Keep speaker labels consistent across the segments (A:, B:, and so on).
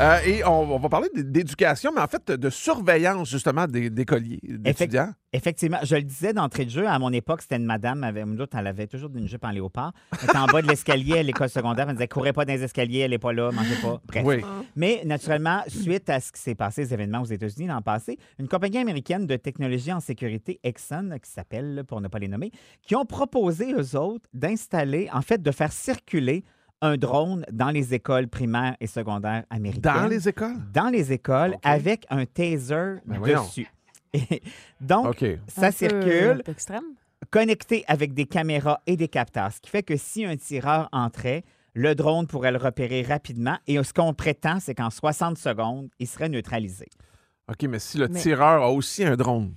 A: Euh, et on, on va parler d- d'éducation, mais en fait de surveillance justement des, des colliers d'étudiants.
B: Effectivement, je le disais d'entrée de jeu, à mon époque, c'était une madame, avec, d'autres, elle avait toujours une jupe en léopard. Elle était en bas de l'escalier à l'école secondaire, elle me disait courez pas dans les escaliers, elle est pas là, mangez pas. Bref.
A: Oui.
B: Mais naturellement, suite à ce qui s'est passé, les événements aux États-Unis l'an passé, une compagnie américaine de technologie en sécurité, Exxon, qui s'appelle, là, pour ne pas les nommer, qui ont proposé aux autres d'installer, en fait, de faire circuler un drone dans les écoles primaires et secondaires américaines
A: Dans les écoles.
B: dans les écoles avec un taser
A: Ben voyons.
B: dessus. Et Donc,
A: OK.
B: ça
C: Un peu,
B: circule, Uh-huh.
C: un peu extrême.
B: connecté avec des caméras et des capteurs, ce qui fait que si un tireur entrait, le drone pourrait le repérer rapidement et ce qu'on prétend, c'est qu'en 60 secondes, il serait neutralisé.
A: OK, mais si le
C: Mais-
A: tireur a aussi un drone,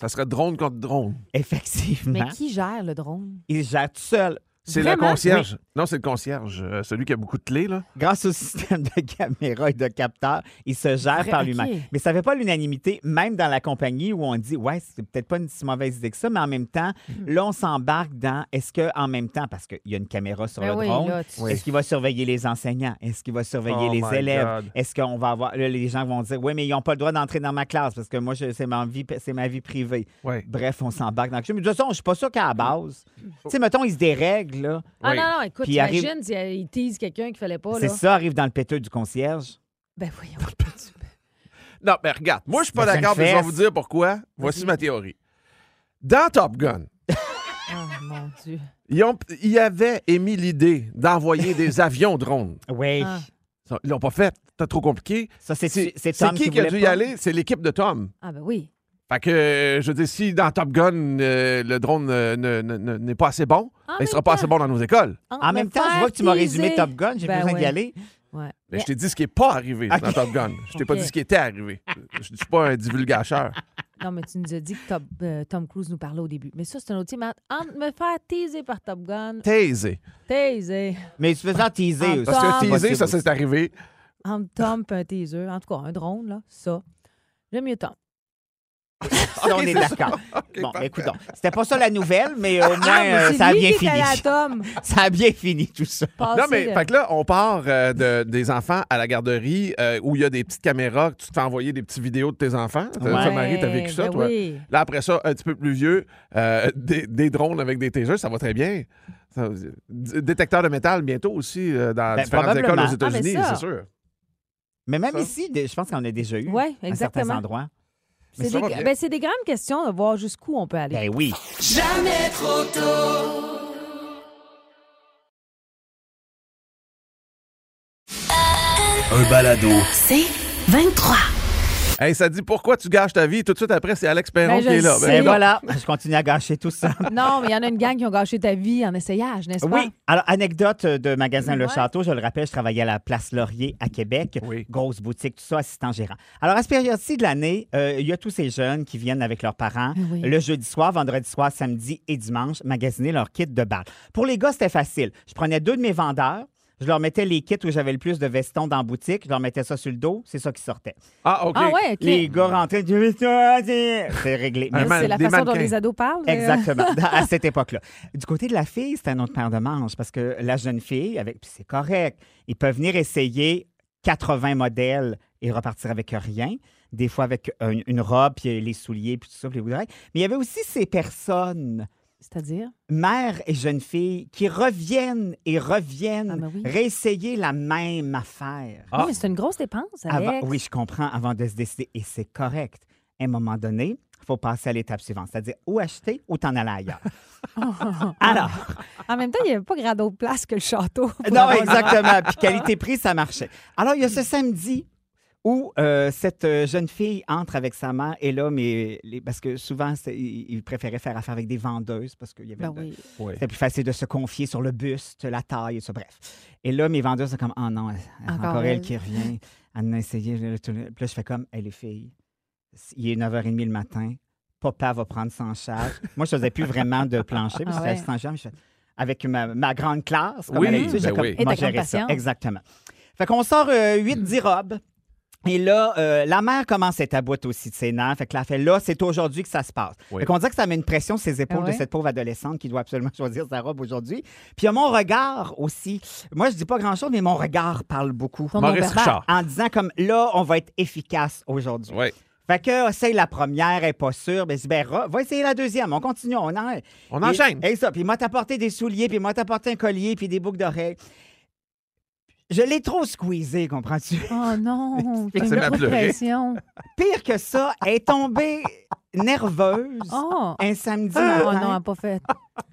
A: ça serait drone contre drone.
B: Effectivement,
C: Mais qui gère le drone?
B: il gère tout seul
A: C'est le
C: Vraiment?
A: concierge. Non, c'est le concierge, euh, celui qui a beaucoup de clés, là.
B: grâce au système de caméras et de capteurs, il se gère
C: Vrai-
B: par
C: ok.
B: lui-même. Mais ça ne fait pas l'unanimité, même dans la compagnie où on dit, ouais, c'est peut-être pas une si mauvaise idée que ça, mais en même temps,
C: Hmm.
B: là, on s'embarque dans, est-ce que en même temps, parce qu'il y a une caméra sur
C: Ben
B: le
C: oui,
B: drone,
C: là, tu-
B: est-ce qu'il va surveiller les enseignants? Est-ce qu'il va surveiller
A: Oh my
B: les élèves?
A: God.
B: Est-ce qu'on va avoir, là, les gens vont dire, oui, mais ils n'ont pas le droit d'entrer dans ma classe parce que moi, je- c'est ma vie, c'est ma vie privée.
A: Oui.
B: Bref, on s'embarque dans le jeu. Mais de toute façon, je suis pas sûr qu'à la base,
A: Hmm.
B: tu sais, mettons, ils se dérèglent, là.
C: Ah
A: Oui.
C: non, non, écoute,
B: Puis il arrive-
C: imagine s'il il tease quelqu'un qu'il fallait pas, là.
B: C'est ça arrive dans le péteux du concierge.
C: Ben voyons.
A: Non, mais regarde, moi, je suis pas
B: Ça me
A: d'accord, mais je vais
B: fesse.
A: vous dire pourquoi. Voici ma théorie. Dans Top Gun,
C: oh mon Dieu.
A: ils, ont, ils avaient émis l'idée d'envoyer des avions drones.
B: Oui.
C: Ah.
A: Ça, Ils l'ont pas fait. C'était trop compliqué.
B: Ça, c'est
A: C'est
B: c'est
A: c'est
B: Tom
A: qui qui a
B: voulait
A: dû y
B: pas.
A: aller? C'est l'équipe de Tom.
C: Ah ben oui.
A: Fait que, euh, je veux dire, si dans Top Gun, euh, le drone euh, ne- ne- ne- n'est pas assez bon,
C: En
A: ben, il
C: même
A: sera pas
C: temps.
A: assez bon dans nos écoles.
B: En même temps, je vois que tu m'as résumé Top Gun, j'ai
C: Ben
B: besoin d'y
C: ouais.
B: aller.
C: Ouais.
A: Mais Ben, je t'ai dit ce qui n'est pas arrivé
B: Ok.
A: dans Top Gun. Je t'ai pas
C: Ok.
A: dit ce qui était arrivé. Je ne suis pas un divulgacheur.
C: Non, mais tu nous as dit que Top- euh, Tom Cruise nous parlait au début. Mais ça, c'est un autre thème. Entre me faire teaser par Top Gun,
A: Taisé.
C: teaser.
B: Mais tu faisais un teaser
C: Ah,
B: aussi.
A: Parce
C: Ah,
A: que
B: possible
A: taisé, ça,
B: aussi.
A: c'est arrivé.
C: Entre Tom et un teaser. En tout cas, un drone, là, ça. J'aime mieux Tom.
B: Ça, on est d'accord. Bon,
A: parfait.
B: écoute donc. C'était pas ça la nouvelle, mais au moins,
C: Ah, mais
B: euh,
C: c'est
B: ça a
C: lui
B: bien
C: qui est allé
B: fini.
C: à Tom.
B: Ça a bien fini, tout ça.
A: Non,
C: Passer
A: mais
C: le-
A: fait que là, on part euh, de- des enfants à la garderie euh, où il y a des petites caméras, que tu te fais envoyer des petites vidéos de tes enfants. T'as-
B: Ouais.
A: Ça, Marie, t'as vécu ça,
C: Ben
A: toi?
C: oui.
A: Là, après ça, un petit peu plus vieux, euh, des, des drones avec des tasers, ça va très bien. Ça- d- détecteur de métal bientôt aussi euh, dans
B: Ben,
A: différentes écoles
B: probablement.
A: aux États-Unis,
C: Ah, mais ça.
A: c'est sûr.
B: Mais même
A: Ça.
B: ici, des- je pense qu'on a déjà eu.
C: Ouais,
B: À certains
C: exactement.
B: endroits.
A: Mais
C: C'est
A: ça
C: des,
A: va bien.
C: ben, c'est des grandes questions de voir jusqu'où on peut aller.
B: Ben oui.
D: Un balado
E: C'est 23.
A: Hey, ça dit pourquoi tu gâches ta vie. Tout de suite après, c'est Alex Perron
C: Ben,
A: qui
C: je
A: est là.
C: le
A: Ben,
C: sais.
B: Ben voilà, je continue à gâcher tout ça.
C: Non, mais il y en a une gang qui ont gâché ta vie en essayage, n'est-ce pas?
B: Oui. Alors, anecdote euh, de magasin Le
C: Ouais.
B: Château, je le rappelle, je travaillais à la Place Laurier à Québec.
A: Oui.
B: Grosse boutique, tout ça, assistant gérant. Alors, à cette période-ci de l'année, euh, il y a tous ces jeunes qui viennent avec leurs parents
C: Oui.
B: le jeudi soir, vendredi soir, samedi et dimanche magasiner leur kit de balle. Pour les gars, c'était facile. Je prenais deux de mes vendeurs. Je leur mettais les kits où j'avais le plus de vestons dans la boutique. Je leur mettais ça sur le dos. C'est ça qui sortait.
A: Ah, OK.
C: Ah ouais, ok.
B: Les gars rentraient. ils disaient, Ah, C'est c'est réglé.
A: Un
C: Là,
A: man-
C: c'est la
A: des
C: façon dont
A: mannequins.
C: les ados parlent. euh.
B: Exactement, à cette époque-là. Du côté de la fille, c'est un autre paire de manches parce que la jeune fille, avec, puis c'est correct, ils peuvent venir essayer 80 modèles et repartir avec rien. Des fois avec un- une robe, puis les souliers, puis tout ça, puis les boucles d'oreilles. Mais il y avait aussi ces personnes,
C: C'est-à-dire?
B: mères et jeunes filles, qui reviennent et reviennent
C: Ah, ben oui.
B: réessayer la même affaire.
A: Ah. bah,
C: Oui, mais c'est une grosse dépense, Alex.
B: Avant- oui, je comprends, avant de se décider. Et c'est correct. À un moment donné, il faut passer à l'étape suivante, c'est-à-dire ou acheter ou t'en aller ailleurs.
A: Ah.
B: Alors,
C: En même temps, il n'y avait pas grand autre place que le château. pour
B: non,
C: avoir-
B: exactement. Puis qualité-prix, ça marchait. Alors, il y a ce samedi où euh, cette euh, jeune fille entre avec sa mère et là, mais les- parce que souvent, c'est- ils ils préféraient faire affaire avec des vendeuses parce qu'il y avait
C: Ben
B: de-
C: oui.
A: Oui.
B: c'était plus facile de se confier sur le buste, la taille, et ça, bref. Et là, mes vendeuses sont comme, ah non, encore,
C: Encore
B: encore elle
C: elle.
B: qui revient. Elle en a essayé. le- le- tout le- Puis là, je fais comme, elle les filles, il est 9h30 le matin, papa va prendre son charge. Moi, je faisais plus vraiment de plancher, parce
C: Ah
B: que j'étais
C: ouais.
B: assistant gérant, mais je fais- avec ma, ma grande classe, comme
A: Oui,
B: à l'habitude,
A: ben
B: j'ai comme,
A: oui.
C: Et ta
B: moi,
C: grande
B: gérer ça.
C: patience.
B: Exactement. Fait qu'on sort 8-10 euh, robes. Et là, euh, la mère commence à être à bout aussi de ses nerfs. Fait que là, elle fait là, c'est aujourd'hui que ça se passe.
A: Oui.
B: Fait qu'on dirait que ça met une pression sur ses épaules
C: Ah ouais?
B: de cette pauvre adolescente qui doit absolument choisir sa robe aujourd'hui. Puis il y a mon regard aussi. Moi, je dis pas grand-chose, mais mon regard parle beaucoup.
C: Ton
A: Maurice
C: Robert.
A: Richard.
B: En disant comme là, on va être efficace aujourd'hui.
A: Ouais.
B: Fait que essaye la première, elle est pas sûre. Ben, je dis, ben, ra- va essayer la deuxième. On continue, on en...
A: On
B: Et-
A: enchaîne.
B: Et, ça. Puis il m'a apporté des souliers, puis il m'a apporté un collier, puis des boucles d'oreilles. Je l'ai trop squeezé, comprends-tu?
C: Oh non, j'ai
A: Ça
C: mis
A: m'a
C: trop de
A: pleuré.
C: pression.
B: Pire que ça, elle est tombée nerveuse
C: Oh,
B: un
A: Ah,
B: samedi
C: oh
A: hein?
C: non, elle
B: matin.
C: n'a pas fait.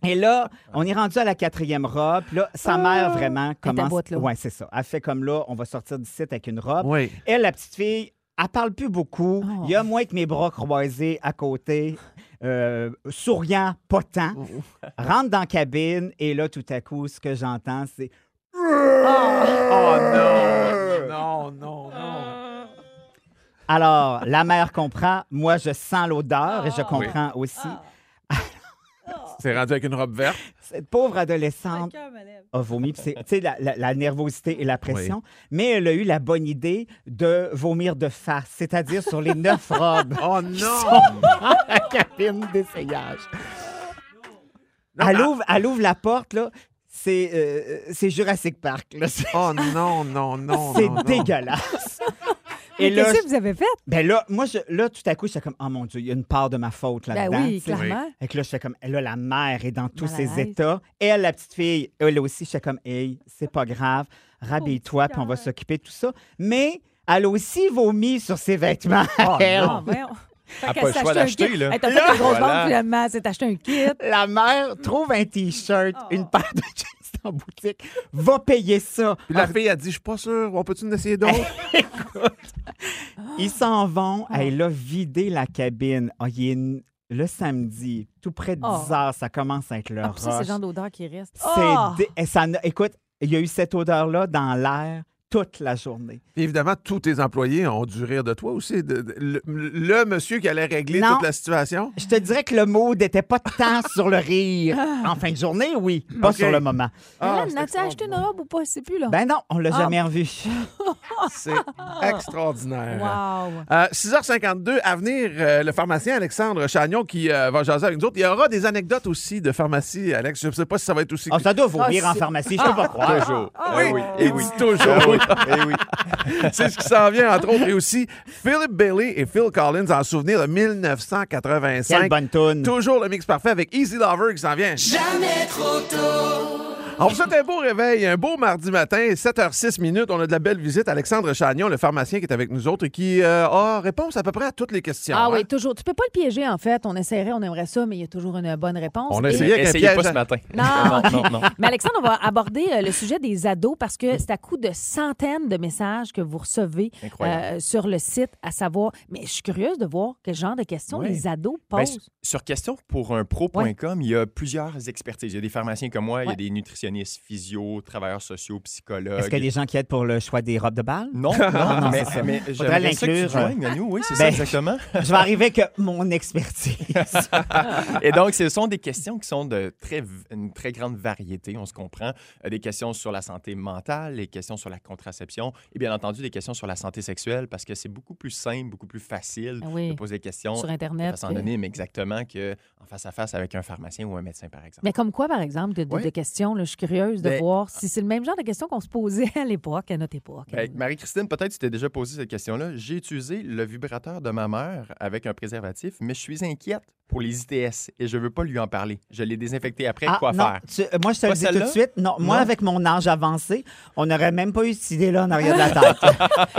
B: Et là, on est rendu à la quatrième robe. Puis Là, sa mère vraiment commence.
C: boîte, Ah! là.
B: ouais, c'est ça. Elle fait comme là, on va sortir d'ici avec une robe.
A: Oui.
B: Elle, la petite fille, elle parle plus beaucoup.
C: Oh.
B: Il y a moins que mes bras croisés à côté. euh, souriant, potent, rentre dans la cabine et là, tout à coup, ce que j'entends, c'est
A: Oh non! Non, non, non.
B: Alors, la mère comprend, moi, je sens l'odeur
C: Ah.
B: et je comprends aussi.
A: C'est rendu avec une robe verte.
B: Cette pauvre adolescente a vomi. Puis c'est- Tu sais, la, la- la nervosité et la pression. Mais elle a eu la bonne idée de vomir de face, c'est-à-dire sur les neuf robes
A: Oh non!
B: la cabine d'essayage. Elle
A: ah.
B: ouvre, elle ouvre la porte, là. C'est euh, c'est Jurassic Park. là. C'est
A: Oh non, non, non.
B: c'est
A: non, non.
B: dégueulasse.
C: Et
B: Et là,
C: qu'est-ce
B: je-
C: que vous avez fait?
B: ben là, moi, je- là, tout à coup, j'étais comme, oh mon Dieu, il y a une part de ma faute
C: Ben
B: là-dedans.
C: oui,
B: tu sais.
C: clairement.
B: Fait que là, je fais comme, là, la mère est dans tous
C: Mal à
B: ses
C: l'aise.
B: états. Elle, la petite fille, elle aussi, je fais comme, hey, c'est pas grave,
C: Oh,
B: rhabille-toi, puis on va s'occuper de tout ça. Mais elle a aussi vomi sur ses vêtements. à elle.
C: Ah, voyons.
F: Elle a
C: qu'elle
F: pas le
C: s'est
F: choix
C: acheté un
F: d'acheter,
C: kit.
F: là.
C: Elle t'a fait une grosse
F: Voilà.
C: vente, finalement. Elle s'est acheté un kit.
B: La mère trouve un T-shirt,
C: Oh.
B: une paire de jeans en boutique, va payer ça.
A: Puis la fille a dit, je suis pas sûr, on peut-tu en essayer d'autres?
B: Ils s'en vont.
C: Oh.
B: Elle a vidé la cabine. Ah, il est n- le samedi, tout près de 10
C: Oh.
B: heures, ça commence à être
C: Ah,
B: l'heure.
C: puis ça, c'est le genre d'odeur qui reste. Oh!
B: Écoute, il y a eu cette odeur-là dans l'air toute la journée.
A: Puis évidemment, tous tes employés ont dû rire de toi aussi. de- de- le, le monsieur qui allait régler
B: Non.
A: toute la situation.
B: Je te dirais que le mot n'était pas tant sur le rire. En fin de journée, oui, pas
A: Ok.
B: sur le moment.
A: Ah,
C: Hélène,
A: c'est
C: as-tu acheté une robe ou pas? C'est plus, là.
B: Ben non, on l'a
C: Ah.
B: jamais revu.
A: C'est extraordinaire.
C: Wow.
A: Euh, 6h52, à venir, euh, le pharmacien Alexandre Chagnon qui euh, va jaser avec nous autres. Il y aura des anecdotes aussi de pharmacie, Alex. Je ne sais pas si ça va être aussi...
B: Ah, ça doit vomir
C: Ah,
B: en
C: c'est-
B: pharmacie, je peux pas croire.
F: Toujours.
A: Ah
F: Eh oui, eh
A: il
F: oui.
A: dit toujours.
F: Ah oui, eh oui.
A: C'est ce qui s'en vient, entre autres. Et aussi, Philip Bailey et Phil Collins en souvenir de 1985.
B: Quelle bonne toune.
A: Toujours le mix parfait avec Easy Lover qui s'en vient. Jamais trop tôt. On vous souhaite un beau réveil, un beau mardi matin, 7h06 minutes. On a de la belle visite. Alexandre Chagnon, le pharmacien qui est avec nous autres et qui euh, a réponse à peu près à toutes les questions.
C: Ah
A: hein.
C: oui, toujours. Tu peux pas le piéger, en fait. On essaierait, on aimerait ça, mais il y a toujours une bonne réponse.
A: On a
C: Et-
A: essayé avec un
F: Eh, Essayez pas
A: piège.
F: ce matin.
C: Non.
F: non, non.
C: Mais Alexandre, on va aborder euh, le sujet des ados parce que c'est à coup de centaines de messages que vous recevez
F: Incroyable.
C: euh, sur le site, à savoir. Mais je suis curieuse de voir quel genre de questions
F: Ouais.
C: les ados
F: Ben,
C: posent.
F: sur question pour un pro.com, il y a plusieurs expertises. Il y a des pharmaciens comme moi, il y
C: Ouais.
F: a des nutritionnistes, physios, travailleurs sociaux, psychologues.
B: Est-ce qu'il y a des gens qui aident pour le choix des robes de bal?
F: Non, non,
B: non,
F: mais,
B: c'est ça.
F: mais
B: Faudrait
F: j'aimerais ça que tu te
B: l'inclure, euh,
F: joignes à nous, oui, c'est
B: Ben-
F: ça exactement.
B: Je vais arriver que mon expertise.
F: Et donc, ce sont des questions qui sont de très, une très grande variété, on se comprend. Euh, Des questions sur la santé mentale, des questions sur la contraception et bien entendu des questions sur la santé sexuelle parce que c'est beaucoup plus simple, beaucoup plus facile
C: Ah
F: de
C: oui,
F: poser des questions
C: sur
F: de
C: Internet.
F: façon anonyme exactement qu'en face à face avec un pharmacien ou un médecin, par exemple.
C: Mais comme quoi, par exemple, de, de-
F: Ouais.
C: de questions? là, je suis curieuse de
F: Ben-
C: voir si c'est le même genre de questions qu'on se posait à l'époque, à notre époque.
F: Ben, Marie-Christine, peut-être tu t'es déjà posé cette question-là. J'ai utilisé le vibrateur de ma mère avec un préservatif, mais je suis inquiète pour les ITS et je veux pas lui en parler. Je l'ai désinfecté après,
B: Ah,
F: quoi
B: non,
F: faire?
B: tu- euh, moi, je te
F: Pas
B: le dis tout de
F: celle-là?
B: suite. Non, moi,
F: Non.
B: avec mon âge avancé, on n'aurait même pas eu cette idée-là en arrière de la tête.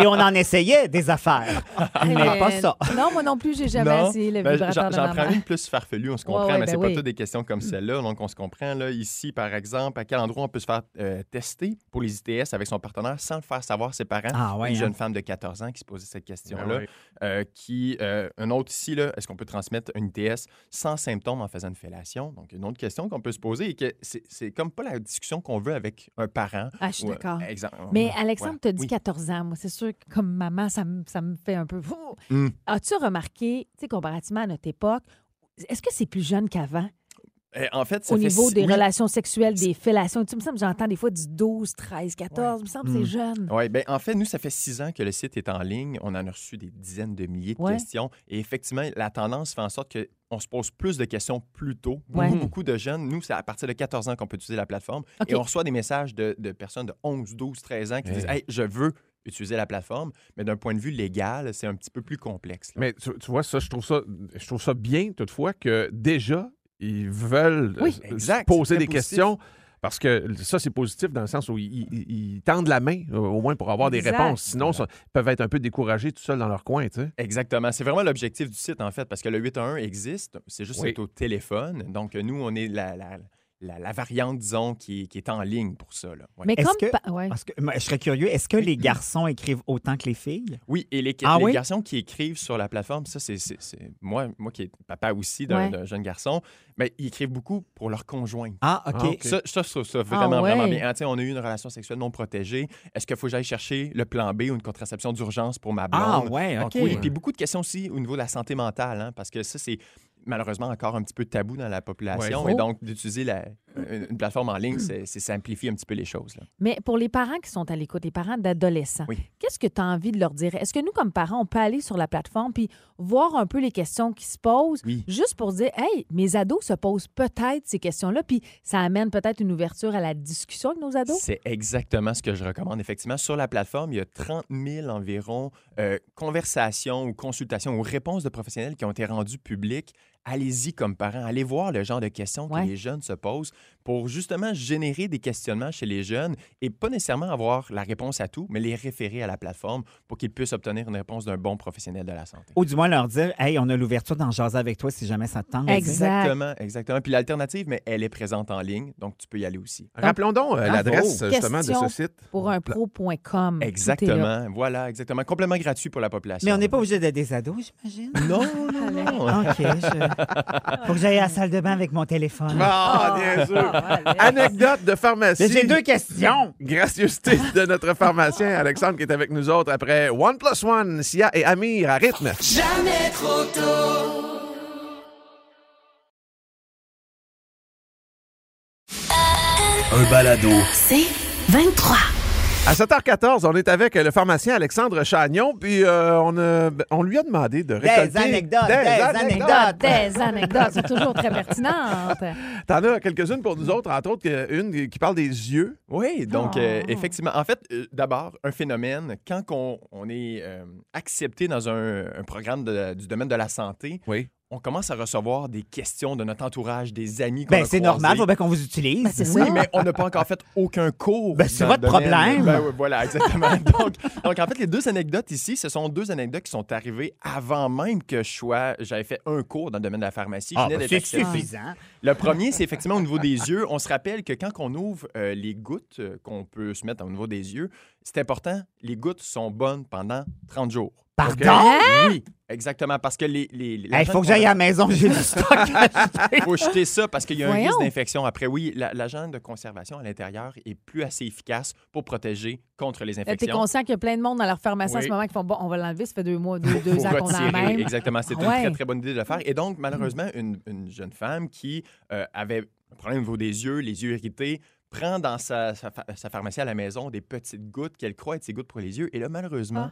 B: Et on en essayait des affaires.
C: Ah,
B: Mais pas ça.
C: Non, moi non plus, j'ai jamais
F: Non.
C: essayé le
F: Ben,
C: vibrateur
F: j'en-
C: de
F: J'en
C: ma
F: prends
C: mère.
F: une plus farfelue, on se comprend,
C: ouais,
F: mais
C: ben
F: c'est pas
C: oui.
F: toutes des questions comme celle-là. Donc, on se comprend. Là, ici, par exemple, à quel endroit on peut se faire euh, tester pour les ITS avec son partenaire sans le faire savoir ses parents?
B: Ah ouais,
F: Une jeune
B: hein.
F: femme de 14 ans qui se posait cette question-là.
A: Ben oui.
F: Euh, qui, euh, un autre ici, là, est-ce qu'on peut transmettre une ITS sans symptômes en faisant une fellation? Donc, une autre question qu'on peut se poser et que c'est c'est comme pas la discussion qu'on veut avec un parent.
C: Ah, je suis
F: ou un-
C: d'accord.
F: exemple-
C: Mais Alexandre,
F: Voilà.
C: tu as dit
F: Oui.
C: 14 ans. Moi, c'est sûr que comme maman, ça me, ça me fait un peu. Ouh!
F: Mm.
C: As-tu remarqué, tu sais, comparativement à notre époque, est-ce que c'est plus jeune qu'avant?
F: Euh, en fait, ça
C: Au
F: fait
C: niveau
F: six-
C: des
F: oui.
C: relations sexuelles, des fellations, tu sais, il me semble que j'entends des fois du 12, 13, 14, il me semble que
B: Mm.
C: c'est jeune.
F: Oui, ben, en fait, nous, ça fait six ans que le site est en ligne. On en a reçu des dizaines de milliers de
C: Ouais.
F: questions. Et effectivement, la tendance fait en sorte qu'on se pose plus de questions plus tôt.
C: Ouais.
F: Beaucoup, beaucoup de jeunes, nous, c'est à partir de 14 ans qu'on peut utiliser la plateforme.
C: OK.
F: Et on reçoit des messages de, de personnes de 11, 12, 13 ans qui
A: Hey.
F: disent Hey, je veux utiliser la plateforme. Mais d'un point de vue légal, c'est un petit peu plus complexe. là.
A: Mais tu, tu vois, ça je, trouve ça, je trouve ça bien, toutefois, que déjà, ils veulent
C: Oui,
A: euh,
F: exact,
A: poser
F: c'est
A: des
F: très
A: questions. Parce que ça, c'est positif dans le sens où ils, ils- ils tendent la main, euh, au moins pour avoir des
C: Exact.
A: réponses. Sinon, ça- ils peuvent être un peu découragés tout seuls dans leur coin, tu sais.
F: Exactement. C'est vraiment l'objectif du site, en fait, parce que le 811 existe. C'est juste
A: Oui.
F: c'est au téléphone. Donc, nous, on est la, la- la- la variante, disons, qui, est- qui est en ligne pour ça. là. Ouais.
C: Mais
B: Est-ce
C: comme.
B: que-
C: pa- ouais.
B: Parce que, moi, je serais curieux, est-ce que les garçons écrivent autant que les filles?
F: Oui, et les,
B: Ah
F: les
B: oui?
F: garçons qui écrivent sur la plateforme, ça, c'est c'est- c'est- moi, moi qui est papa aussi d'un
C: Ouais.
F: d'un jeune garçon, mais ils écrivent beaucoup pour leur conjointe.
B: Ah, OK.
A: Ah, OK.
F: Ça, ça, je trouve ça
C: Ah
F: vraiment,
C: ouais.
F: vraiment bien. Ah, tiens, on a eu une relation sexuelle non protégée. Est-ce qu'il faut que j'aille chercher le plan B ou une contraception d'urgence pour ma blonde?
B: Ah, ouais,
F: Donc,
B: OK.
F: oui, puis beaucoup de questions aussi au niveau de la santé mentale, hein, parce que ça, c'est malheureusement encore un petit peu tabou dans la population.
C: Ouais.
F: Et donc, d'utiliser la- une une plateforme en ligne, c'est c'est simplifier un petit peu les choses. là.
C: Mais pour les parents qui sont à l'écoute, les parents d'adolescents,
F: Oui.
C: qu'est-ce que tu as envie de leur dire? Est-ce que nous, comme parents, on peut aller sur la plateforme puis voir un peu les questions qui se posent,
F: Oui.
C: juste pour dire, hey, mes ados se posent peut-être ces questions-là, puis ça amène peut-être une ouverture à la discussion avec nos ados?
F: C'est exactement ce que je recommande. Effectivement, sur la plateforme, il y a 30 000 environ euh, conversations ou consultations ou réponses de professionnels qui ont été rendues publiques. Allez-y comme parents, allez voir le genre de questions
C: Ouais.
F: que les jeunes se posent pour justement générer des questionnements chez les jeunes et pas nécessairement avoir la réponse à tout, mais les référer à la plateforme pour qu'ils puissent obtenir une réponse d'un bon professionnel de la santé.
B: Ou du moins leur dire, hey, on a l'ouverture d'en jaser avec toi si jamais ça te tente.
C: Exact.
F: Exactement, exactement. Puis l'alternative, mais elle est présente en ligne, donc tu peux y aller aussi.
A: Rappelons donc euh,
F: bravo.
A: l'adresse, justement, de ce
C: Question.
A: site.
C: Pour un pro.com.
F: Exactement, voilà, exactement. Complètement gratuit pour la population.
B: Mais on n'est pas obligé d'être des ados, j'imagine.
F: Non, non, non.
B: OK. je- Faut que j'aille à la salle de bain avec mon téléphone.
A: Ah, bien sûr. Anecdote de pharmacie.
B: Mais j'ai deux questions.
A: Gracieuseté de notre pharmacien Alexandre qui est avec nous autres après One Plus One, Sia et Amir à rythme.
D: Un balado.
E: C'est 23.
A: À 7h14, on est avec le pharmacien Alexandre Chagnon, puis euh, on, a- on lui a demandé de récolter...
B: anecdotes, des anecdotes.
C: Des anecdotes sont toujours très pertinentes.
A: T'en as quelques-unes pour nous autres, entre autres que- une qui parle des yeux.
F: Oui, donc euh,
C: Ah.
F: effectivement, en fait, euh, d'abord, un phénomène, quand qu'on- on, est euh, accepté dans un, un programme de- du domaine de la santé,
A: Oui.
F: on commence à recevoir des questions de notre entourage, des amis. qu'on
B: Ben,
F: a
B: c'est
F: croisés.
B: normal, faut bien qu'on vous utilise.
C: Ben, c'est ça.
F: Oui, mais on n'a pas encore fait aucun cours.
B: Ben, c'est
F: dans le
B: votre
F: domaine.
B: problème.
F: Ben oui, voilà, exactement. donc, donc, en fait, les deux anecdotes ici, ce sont deux anecdotes qui sont arrivées avant même que je sois. J'avais fait un cours dans le domaine de la pharmacie. Je
B: Ah,
F: venais
B: ben,
F: d'être
B: c'est
F: accepté.
B: suffisant.
F: Le premier, c'est effectivement au niveau des yeux. On se rappelle que quand on ouvre euh, les gouttes euh, qu'on peut se mettre au niveau des yeux, c'est important, les gouttes sont bonnes pendant 30 jours.
B: Pardon?
C: Hein?
F: Oui, exactement, parce que les... les, les-
B: Il Ah! faut que j'aille à la maison, j'ai du stock.
F: faut jeter ça parce qu'il y a un
C: Voyons.
F: risque d'infection. Après, oui, la- l'agent de conservation à l'intérieur est plus assez efficace pour protéger contre les
C: T'es
F: infections.
C: conscient qu'il y a plein de monde dans leur pharmacie en
F: Oui.
C: ce moment qui font bon, on va l'enlever, ça fait deux mois, deux, deux
F: faut
C: ans qu'on en
F: retirer.
C: même.
F: Exactement. C'est
C: Ah
F: une
C: ouais.
F: très, très bonne idée de le faire. Et donc, malheureusement, une, une jeune femme qui euh, avait un problème au niveau des yeux, les yeux irrités, prend dans sa, sa, pha- sa pharmacie à la maison des petites gouttes qu'elle croit être ses gouttes pour les yeux. Et là, malheureusement,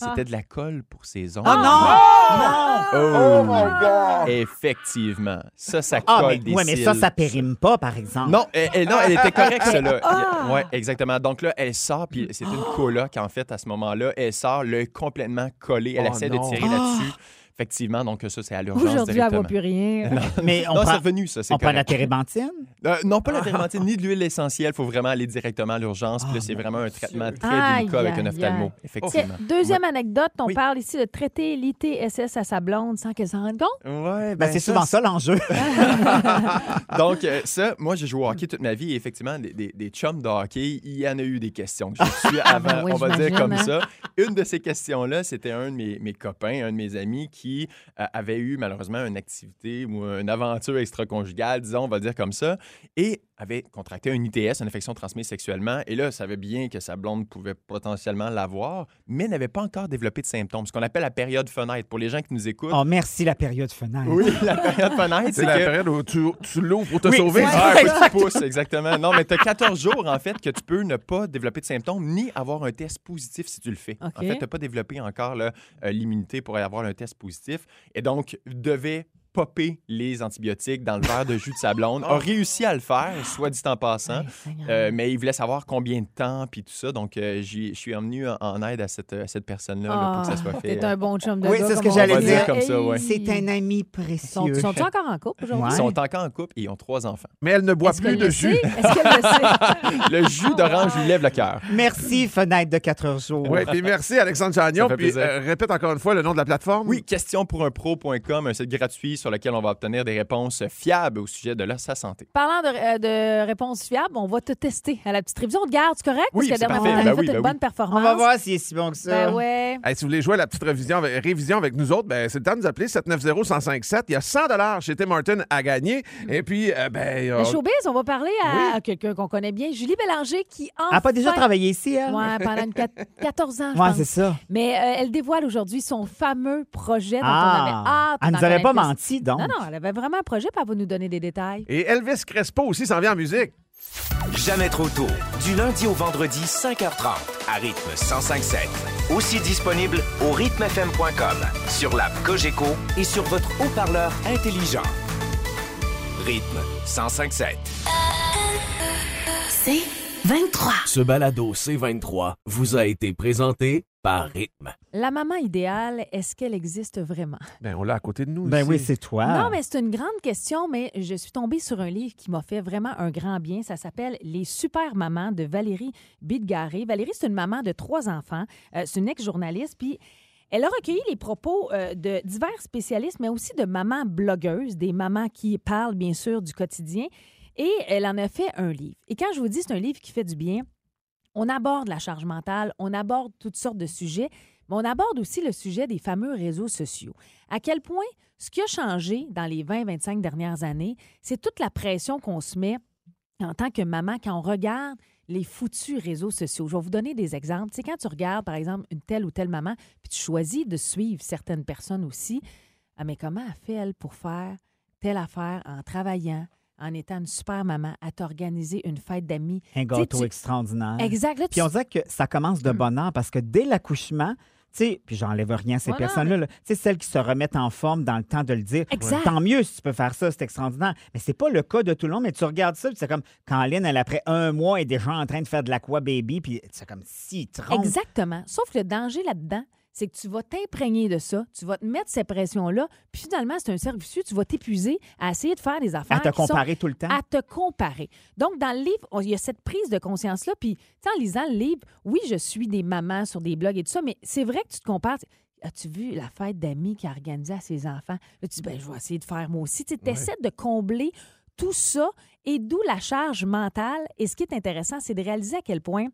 F: c'était de la colle pour ses ongles.
B: Oh Ah. non! Ah, Non!
F: Oh, Effectivement. Ça, ça colle
B: Ah, mais,
F: des
B: ouais, mais ça,
F: cils.
B: ça périme pas, par
C: Ah.
B: exemple.
F: Non, elle, elle- non, elle était correcte, celle-là. Oui, exactement. Donc là, elle sort, puis c'est une
C: Ah.
F: coloc, en fait, à ce moment-là. Elle sort, l'œil complètement collé. Elle
A: Oh
F: essaie
A: non.
F: de tirer là-dessus. Effectivement, donc ça, c'est à l'urgence
C: Ah. Aujourd'hui, elle ne
F: directement.
C: voit plus rien.
B: Mais on
F: non, c'est
B: prend,
F: revenu, ça, c'est
B: on prend de la Ben,
F: correct.
B: térébenthine?
F: Euh, non, pas la
C: Ah.
F: térébenthine, ni de l'huile essentielle. Il faut vraiment aller directement à l'urgence. Puis là, c'est vraiment un traitement très
C: Aïe,
F: délicat avec un
C: aïe,
F: ophtalmo,
C: aïe. Tiens,
F: effectivement.
C: Deuxième anecdote, on
F: Oui.
C: parle ici de traiter l'ITSS à sa blonde sans qu'elle s'en rende compte.
F: Ouais,
B: Ben, c'est souvent ça l'enjeu.
F: Donc, euh, ça, moi, j'ai joué au hockey toute ma vie. Et effectivement, des, des, des chums de hockey, il y en a eu des questions que j'ai reçues avant,
C: ben oui,
F: on va dire
C: j'imagine,
F: comme
C: hein.
F: ça. Une de ces questions-là, c'était un de mes, mes copains, un de mes amis qui euh, avait eu malheureusement une activité ou une aventure extra-conjugale, disons, on va dire comme ça. Et avait contracté un ITS, une infection transmise sexuellement, et là, savait bien que sa blonde pouvait potentiellement l'avoir, mais n'avait pas encore développé de symptômes, ce qu'on appelle la période fenêtre. Pour les gens qui nous écoutent,
C: Ah.
B: Oh, merci la période fenêtre.
F: oui, la période fenêtre,
A: C'est
F: c'est
A: la
F: que...
A: période où tu, tu l'ouvres pour te
B: Oui,
A: sauver.
B: c'est
F: Ah,
B: ça.
F: un petit pouce, exactement. Non, mais tu as 14 jours, en fait, que tu peux ne pas développer de symptômes ni avoir un test positif si tu le fais.
C: OK.
F: En fait, tu n'as pas développé encore là, euh, l'immunité pour avoir un test positif. Et donc, devait popper les antibiotiques dans le verre de jus de sa blonde. A réussi à le faire, soit dit en passant.
C: Hey, Seigneur.
F: Euh, mais il voulait savoir combien de temps, puis tout ça. Donc, euh, j'y- je suis venu en, en aide à cette, à cette personne-là là, pour que ça
C: Ah,
F: soit fait. hein.
C: T'es un bon chum de
B: Oui,
C: gars,
B: c'est ce
C: comme
B: que
C: on
B: j'allais
C: dit.
B: dire.
F: Comme ça, ouais.
B: C'est un ami
C: Ils sont-
B: précieux.
C: Sont-ils encore en couple aujourd'hui?
F: euh, Ils
B: Ouais.
F: sont encore en couple et ils ont trois enfants.
A: Mais elle ne boit
C: Est-ce
A: plus
C: qu'elle
A: de
C: le
A: jus.
C: sait? Est-ce qu'elle le sait?
F: Le jus d'orange lui lève le cœur.
B: Merci, fenêtre de 4 jours.
A: Oui, puis merci Alexandre Chagnon.
F: Ça fait
A: Puis
F: plaisir.
A: euh, répète encore une fois le nom de la plateforme.
F: Oui, questionpourunpro.com, un site gratuit sur lequel on va obtenir des réponses fiables au sujet de la sa santé.
C: Parlant de, euh, de réponses fiables, on va te tester à la petite révision. On te garde, c'est correct?
F: Oui,
C: Parce que
F: c'est
C: dernièrement,
F: parfait.
C: t'avais
F: Ben
C: fait
F: oui,
C: une
F: ben
C: bonne
F: oui.
B: On
C: performance.
B: va voir s'il est si bon que ça.
C: Ben ouais.
A: Hey, si vous voulez jouer à la petite révision avec, révision avec nous autres, ben, c'est le temps de nous appeler 790-1057. Il y a 100 chez Tim Martin à gagner. Et puis, euh, ben,
F: Ah.
C: Le
A: on-
C: showbiz, on va parler à, à quelqu'un qu'on connaît bien, Julie Bélanger, qui en.
B: Elle n'a pas déjà travaillé ici, elle?
C: Ouais, pendant une quat- 14 ans, je
B: Ouais,
C: pense.
B: c'est ça.
C: Mais euh, elle dévoile aujourd'hui son fameux projet dont on avait
B: Ah,
C: hâte.
B: elle nous
C: d'en
B: avait pas
C: connaître
B: menti,
C: plus.
B: donc.
C: Non, non, elle avait vraiment un projet, puis elle va nous donner des détails.
A: Et Elvis Crespo aussi s'en vient en musique.
G: Jamais trop tôt. Du lundi au vendredi, 5h30, à rythme 105.7. Aussi disponible au rythmefm.com, sur l'app Cogeco et sur votre haut-parleur intelligent. Rythme 105.7.
E: C'est 23.
D: Ce balado C23 vous a été présenté par Rythme.
C: La maman idéale, est-ce qu'elle existe vraiment?
A: Ben, on l'a à côté de nous.
B: Ben
A: ici.
B: oui, c'est toi.
C: Non, mais c'est une grande question, mais je suis tombée sur un livre qui m'a fait vraiment un grand bien. Ça s'appelle Les super mamans de Valérie Bidgaré. Valérie, c'est une maman de trois enfants. Euh, c'est une ex-journaliste, puis elle a recueilli les propos euh, de divers spécialistes, mais aussi de mamans blogueuses, des mamans qui parlent, bien sûr, du quotidien. Et elle en a fait un livre. Et quand je vous dis c'est un livre qui fait du bien, on aborde la charge mentale, on aborde toutes sortes de sujets, mais on aborde aussi le sujet des fameux réseaux sociaux. À quel point ce qui a changé dans les 20-25 dernières années, c'est toute la pression qu'on se met en tant que maman quand on regarde les foutus réseaux sociaux. Je vais vous donner des exemples. C'est quand tu regardes, par exemple, une telle ou telle maman, puis tu choisis de suivre certaines personnes aussi. Ah, mais comment elle fait, elle, pour faire telle affaire en travaillant, en étant une super maman, à t'organiser une fête d'amis?
B: Un
C: Tu
B: gâteau
C: sais, tu-
B: extraordinaire.
C: Exact. Là, tu-
B: Puis on dirait que ça commence de bonheur parce que dès l'accouchement, tu sais, puis j'enlève rien à ces
C: Ouais, non,
B: personnes-là, là. tu sais, celles qui se remettent en forme dans le temps de le dire.
C: Exact.
B: Tant mieux si tu peux faire ça, c'est extraordinaire. Mais c'est pas le cas de tout le monde, mais tu regardes ça, puis c'est comme quand Lynn, elle, après un mois, est déjà en train de faire de l'aqua baby, puis c'est comme citron.
C: Exactement. Sauf que le danger là-dedans, c'est que tu vas t'imprégner de ça, tu vas te mettre ces pressions-là, puis finalement, c'est un cercle vicieux, tu vas t'épuiser à essayer de faire des affaires.
B: À te
C: qui sont-
B: comparer hein? tout le temps.
C: à te comparer. Donc, dans le livre, on- il y a cette prise de conscience-là. Puis, tu sais, en lisant le livre, oui, je suis des mamans sur des blogs et tout ça, mais c'est vrai que tu te compares. As-tu vu la fête d'amis qui a organisé à ses enfants? Là, tu dis, ben, je vais essayer de faire moi aussi. Tu essaies de combler tout ça et d'où la charge mentale. Et ce qui est intéressant, c'est de réaliser à quel point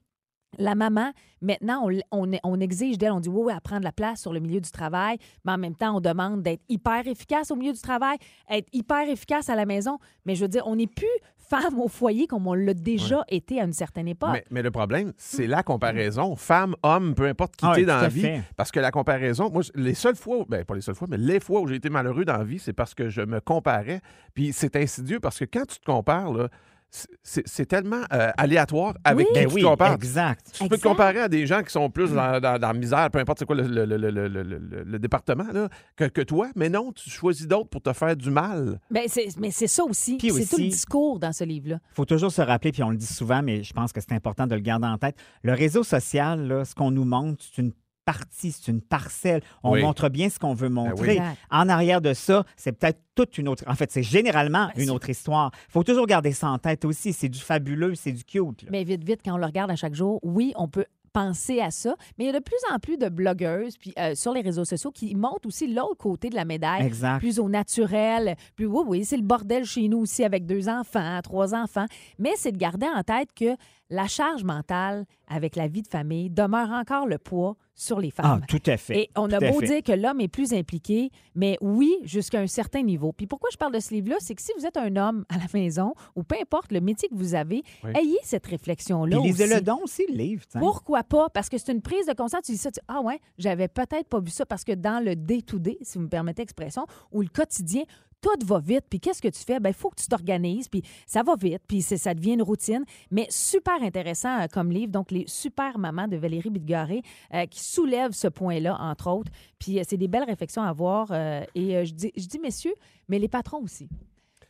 C: la maman, maintenant, on, l- on est- on exige d'elle, on dit oui, oui, à prendre la place sur le milieu du travail, mais en même temps, on demande d'être hyper efficace au milieu du travail, être hyper efficace à la maison. Mais je veux dire, on n'est plus femme au foyer comme on l'a déjà été à une certaine époque.
A: Mais, mais le problème, c'est la comparaison. Femme, homme, peu importe qui
B: Ah oui,
A: t'es dans
B: tout
A: la
B: à
A: vie.
B: fait.
A: Parce que la comparaison, moi, je- les seules fois, où- ben, pas les seules fois, mais les fois où j'ai été malheureux dans la vie, c'est parce que je me comparais. Puis c'est insidieux parce que quand tu te compares, là, c'est- c'est c'est tellement euh, aléatoire avec qui
B: Ben
A: tu
B: oui,
A: te compares.
B: exact.
A: Tu peux te
C: Exact.
A: comparer à des gens qui sont plus dans, dans- dans la misère, peu importe c'est quoi le, le- le- le- le- le- le département, là, que, que toi, mais non, tu choisis d'autres pour te faire du mal.
C: Ben, c'est- mais c'est ça aussi.
B: Puis
C: C'est tout le
B: aussi-
C: discours dans ce livre-là.
B: faut toujours se rappeler, puis on le dit souvent, mais je pense que c'est important de le garder en tête. Le réseau social, là, ce qu'on nous montre, c'est une partie, c'est une parcelle. On
A: Oui.
B: montre bien ce qu'on veut montrer.
C: Exact.
B: En arrière de ça, c'est peut-être toute une autre... En fait, c'est généralement
C: Ben,
B: une autre histoire. faut toujours garder ça en tête aussi. C'est du fabuleux, c'est du cute. là.
C: Mais vite, vite, quand on le regarde à chaque jour, oui, on peut penser à ça. Mais il y a de plus en plus de blogueuses puis, euh, sur les réseaux sociaux qui montrent aussi l'autre côté de la médaille.
B: Exact.
C: Plus au naturel. Puis oui, oui, c'est le bordel chez nous aussi avec deux enfants, trois enfants. Mais c'est de garder en tête que la charge mentale avec la vie de famille demeure encore le poids sur les femmes.
B: Ah, tout à fait.
C: Et on a
B: Tout à
C: beau
B: fait.
C: dire que l'homme est plus impliqué, mais oui, jusqu'à un certain niveau. Puis pourquoi je parle de ce livre-là, c'est que si vous êtes un homme à la maison, ou peu importe le métier que vous avez,
A: Oui.
C: ayez cette réflexion-là
B: Puis lisez-le
C: aussi.
B: donc aussi, le livre. tiens.
C: Pourquoi pas? Parce que c'est une prise de conscience. Tu dis ça, tu dis, ah ouais, j'avais peut-être pas vu ça parce que dans le day-to-day, si vous me permettez l'expression, ou le quotidien, tout va vite. Puis qu'est-ce que tu fais? Ben, il faut que tu t'organises. Puis ça va vite. Puis c'est- ça devient une routine. Mais super intéressant euh, comme livre. Donc, les super mamans de Valérie Bidgaré euh, qui soulèvent ce point-là, entre autres. Puis euh, c'est des belles réflexions à avoir. euh, et euh, je, dis, je dis, messieurs, mais les patrons aussi.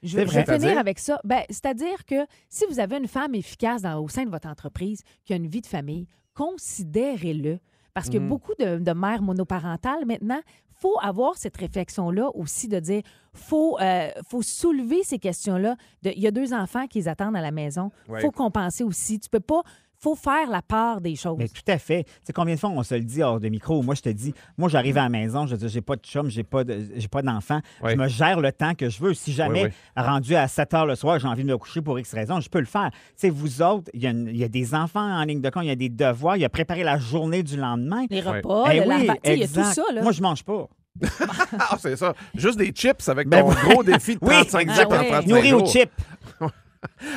C: Je,
A: C'est
C: je
A: vrai.
C: vais finir
A: C'est-à-dire?
C: avec ça. Ben, C'est-à-dire que si vous avez une femme efficace dans- au sein de votre entreprise, qui a une vie de famille, considérez-le. Parce
A: Mhm.
C: que beaucoup de, de mères monoparentales, maintenant, faut avoir cette réflexion-là aussi de dire, faut, euh, faut soulever ces questions-là. de- Il y a deux enfants qui les attendent à la maison.
A: Ouais.
C: faut compenser aussi. Tu peux pas... faut faire la part des choses.
B: Mais tout à fait. Tu sais, combien de fois on se le dit hors de micro? Moi, je te dis, moi, j'arrive à la maison, je dis, j'ai pas de chum, j'ai pas de- j'ai pas d'enfant.
A: Oui.
B: Je me gère le temps que je veux. Si jamais,
A: Oui,
B: rendu à 7 heures le soir, j'ai envie de me coucher pour X raison, je peux le faire. Tu sais, vous autres, il y, a une- il y a des enfants en ligne de compte, il y a des devoirs, il y a préparé la journée du lendemain.
C: Les
A: Ouais.
C: repas, le
B: Eh oui,
C: lavage, tu sais, il y a tout
B: exact.
C: ça. Là.
B: Moi, je mange pas.
A: Ah, c'est ça. Juste des chips avec
B: Ben
A: ton
B: oui.
A: gros défi de
B: Oui,
A: 35
C: exact.
A: jours en
C: Ah ouais.
A: 35
B: Nourri
A: jours.
B: au chip.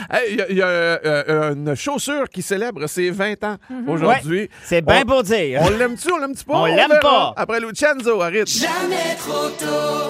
A: Hey, Il y a, il y a, euh, une chaussure qui célèbre ses 20 ans
B: Mm-hmm.
A: aujourd'hui.
B: C'est bien
A: On-
B: pour dire.
A: On l'aime-tu, on l'aime-tu pas?
B: On l'aime
A: verra.
B: pas.
A: Après Lucenzo, arrête.
H: Jamais trop tôt.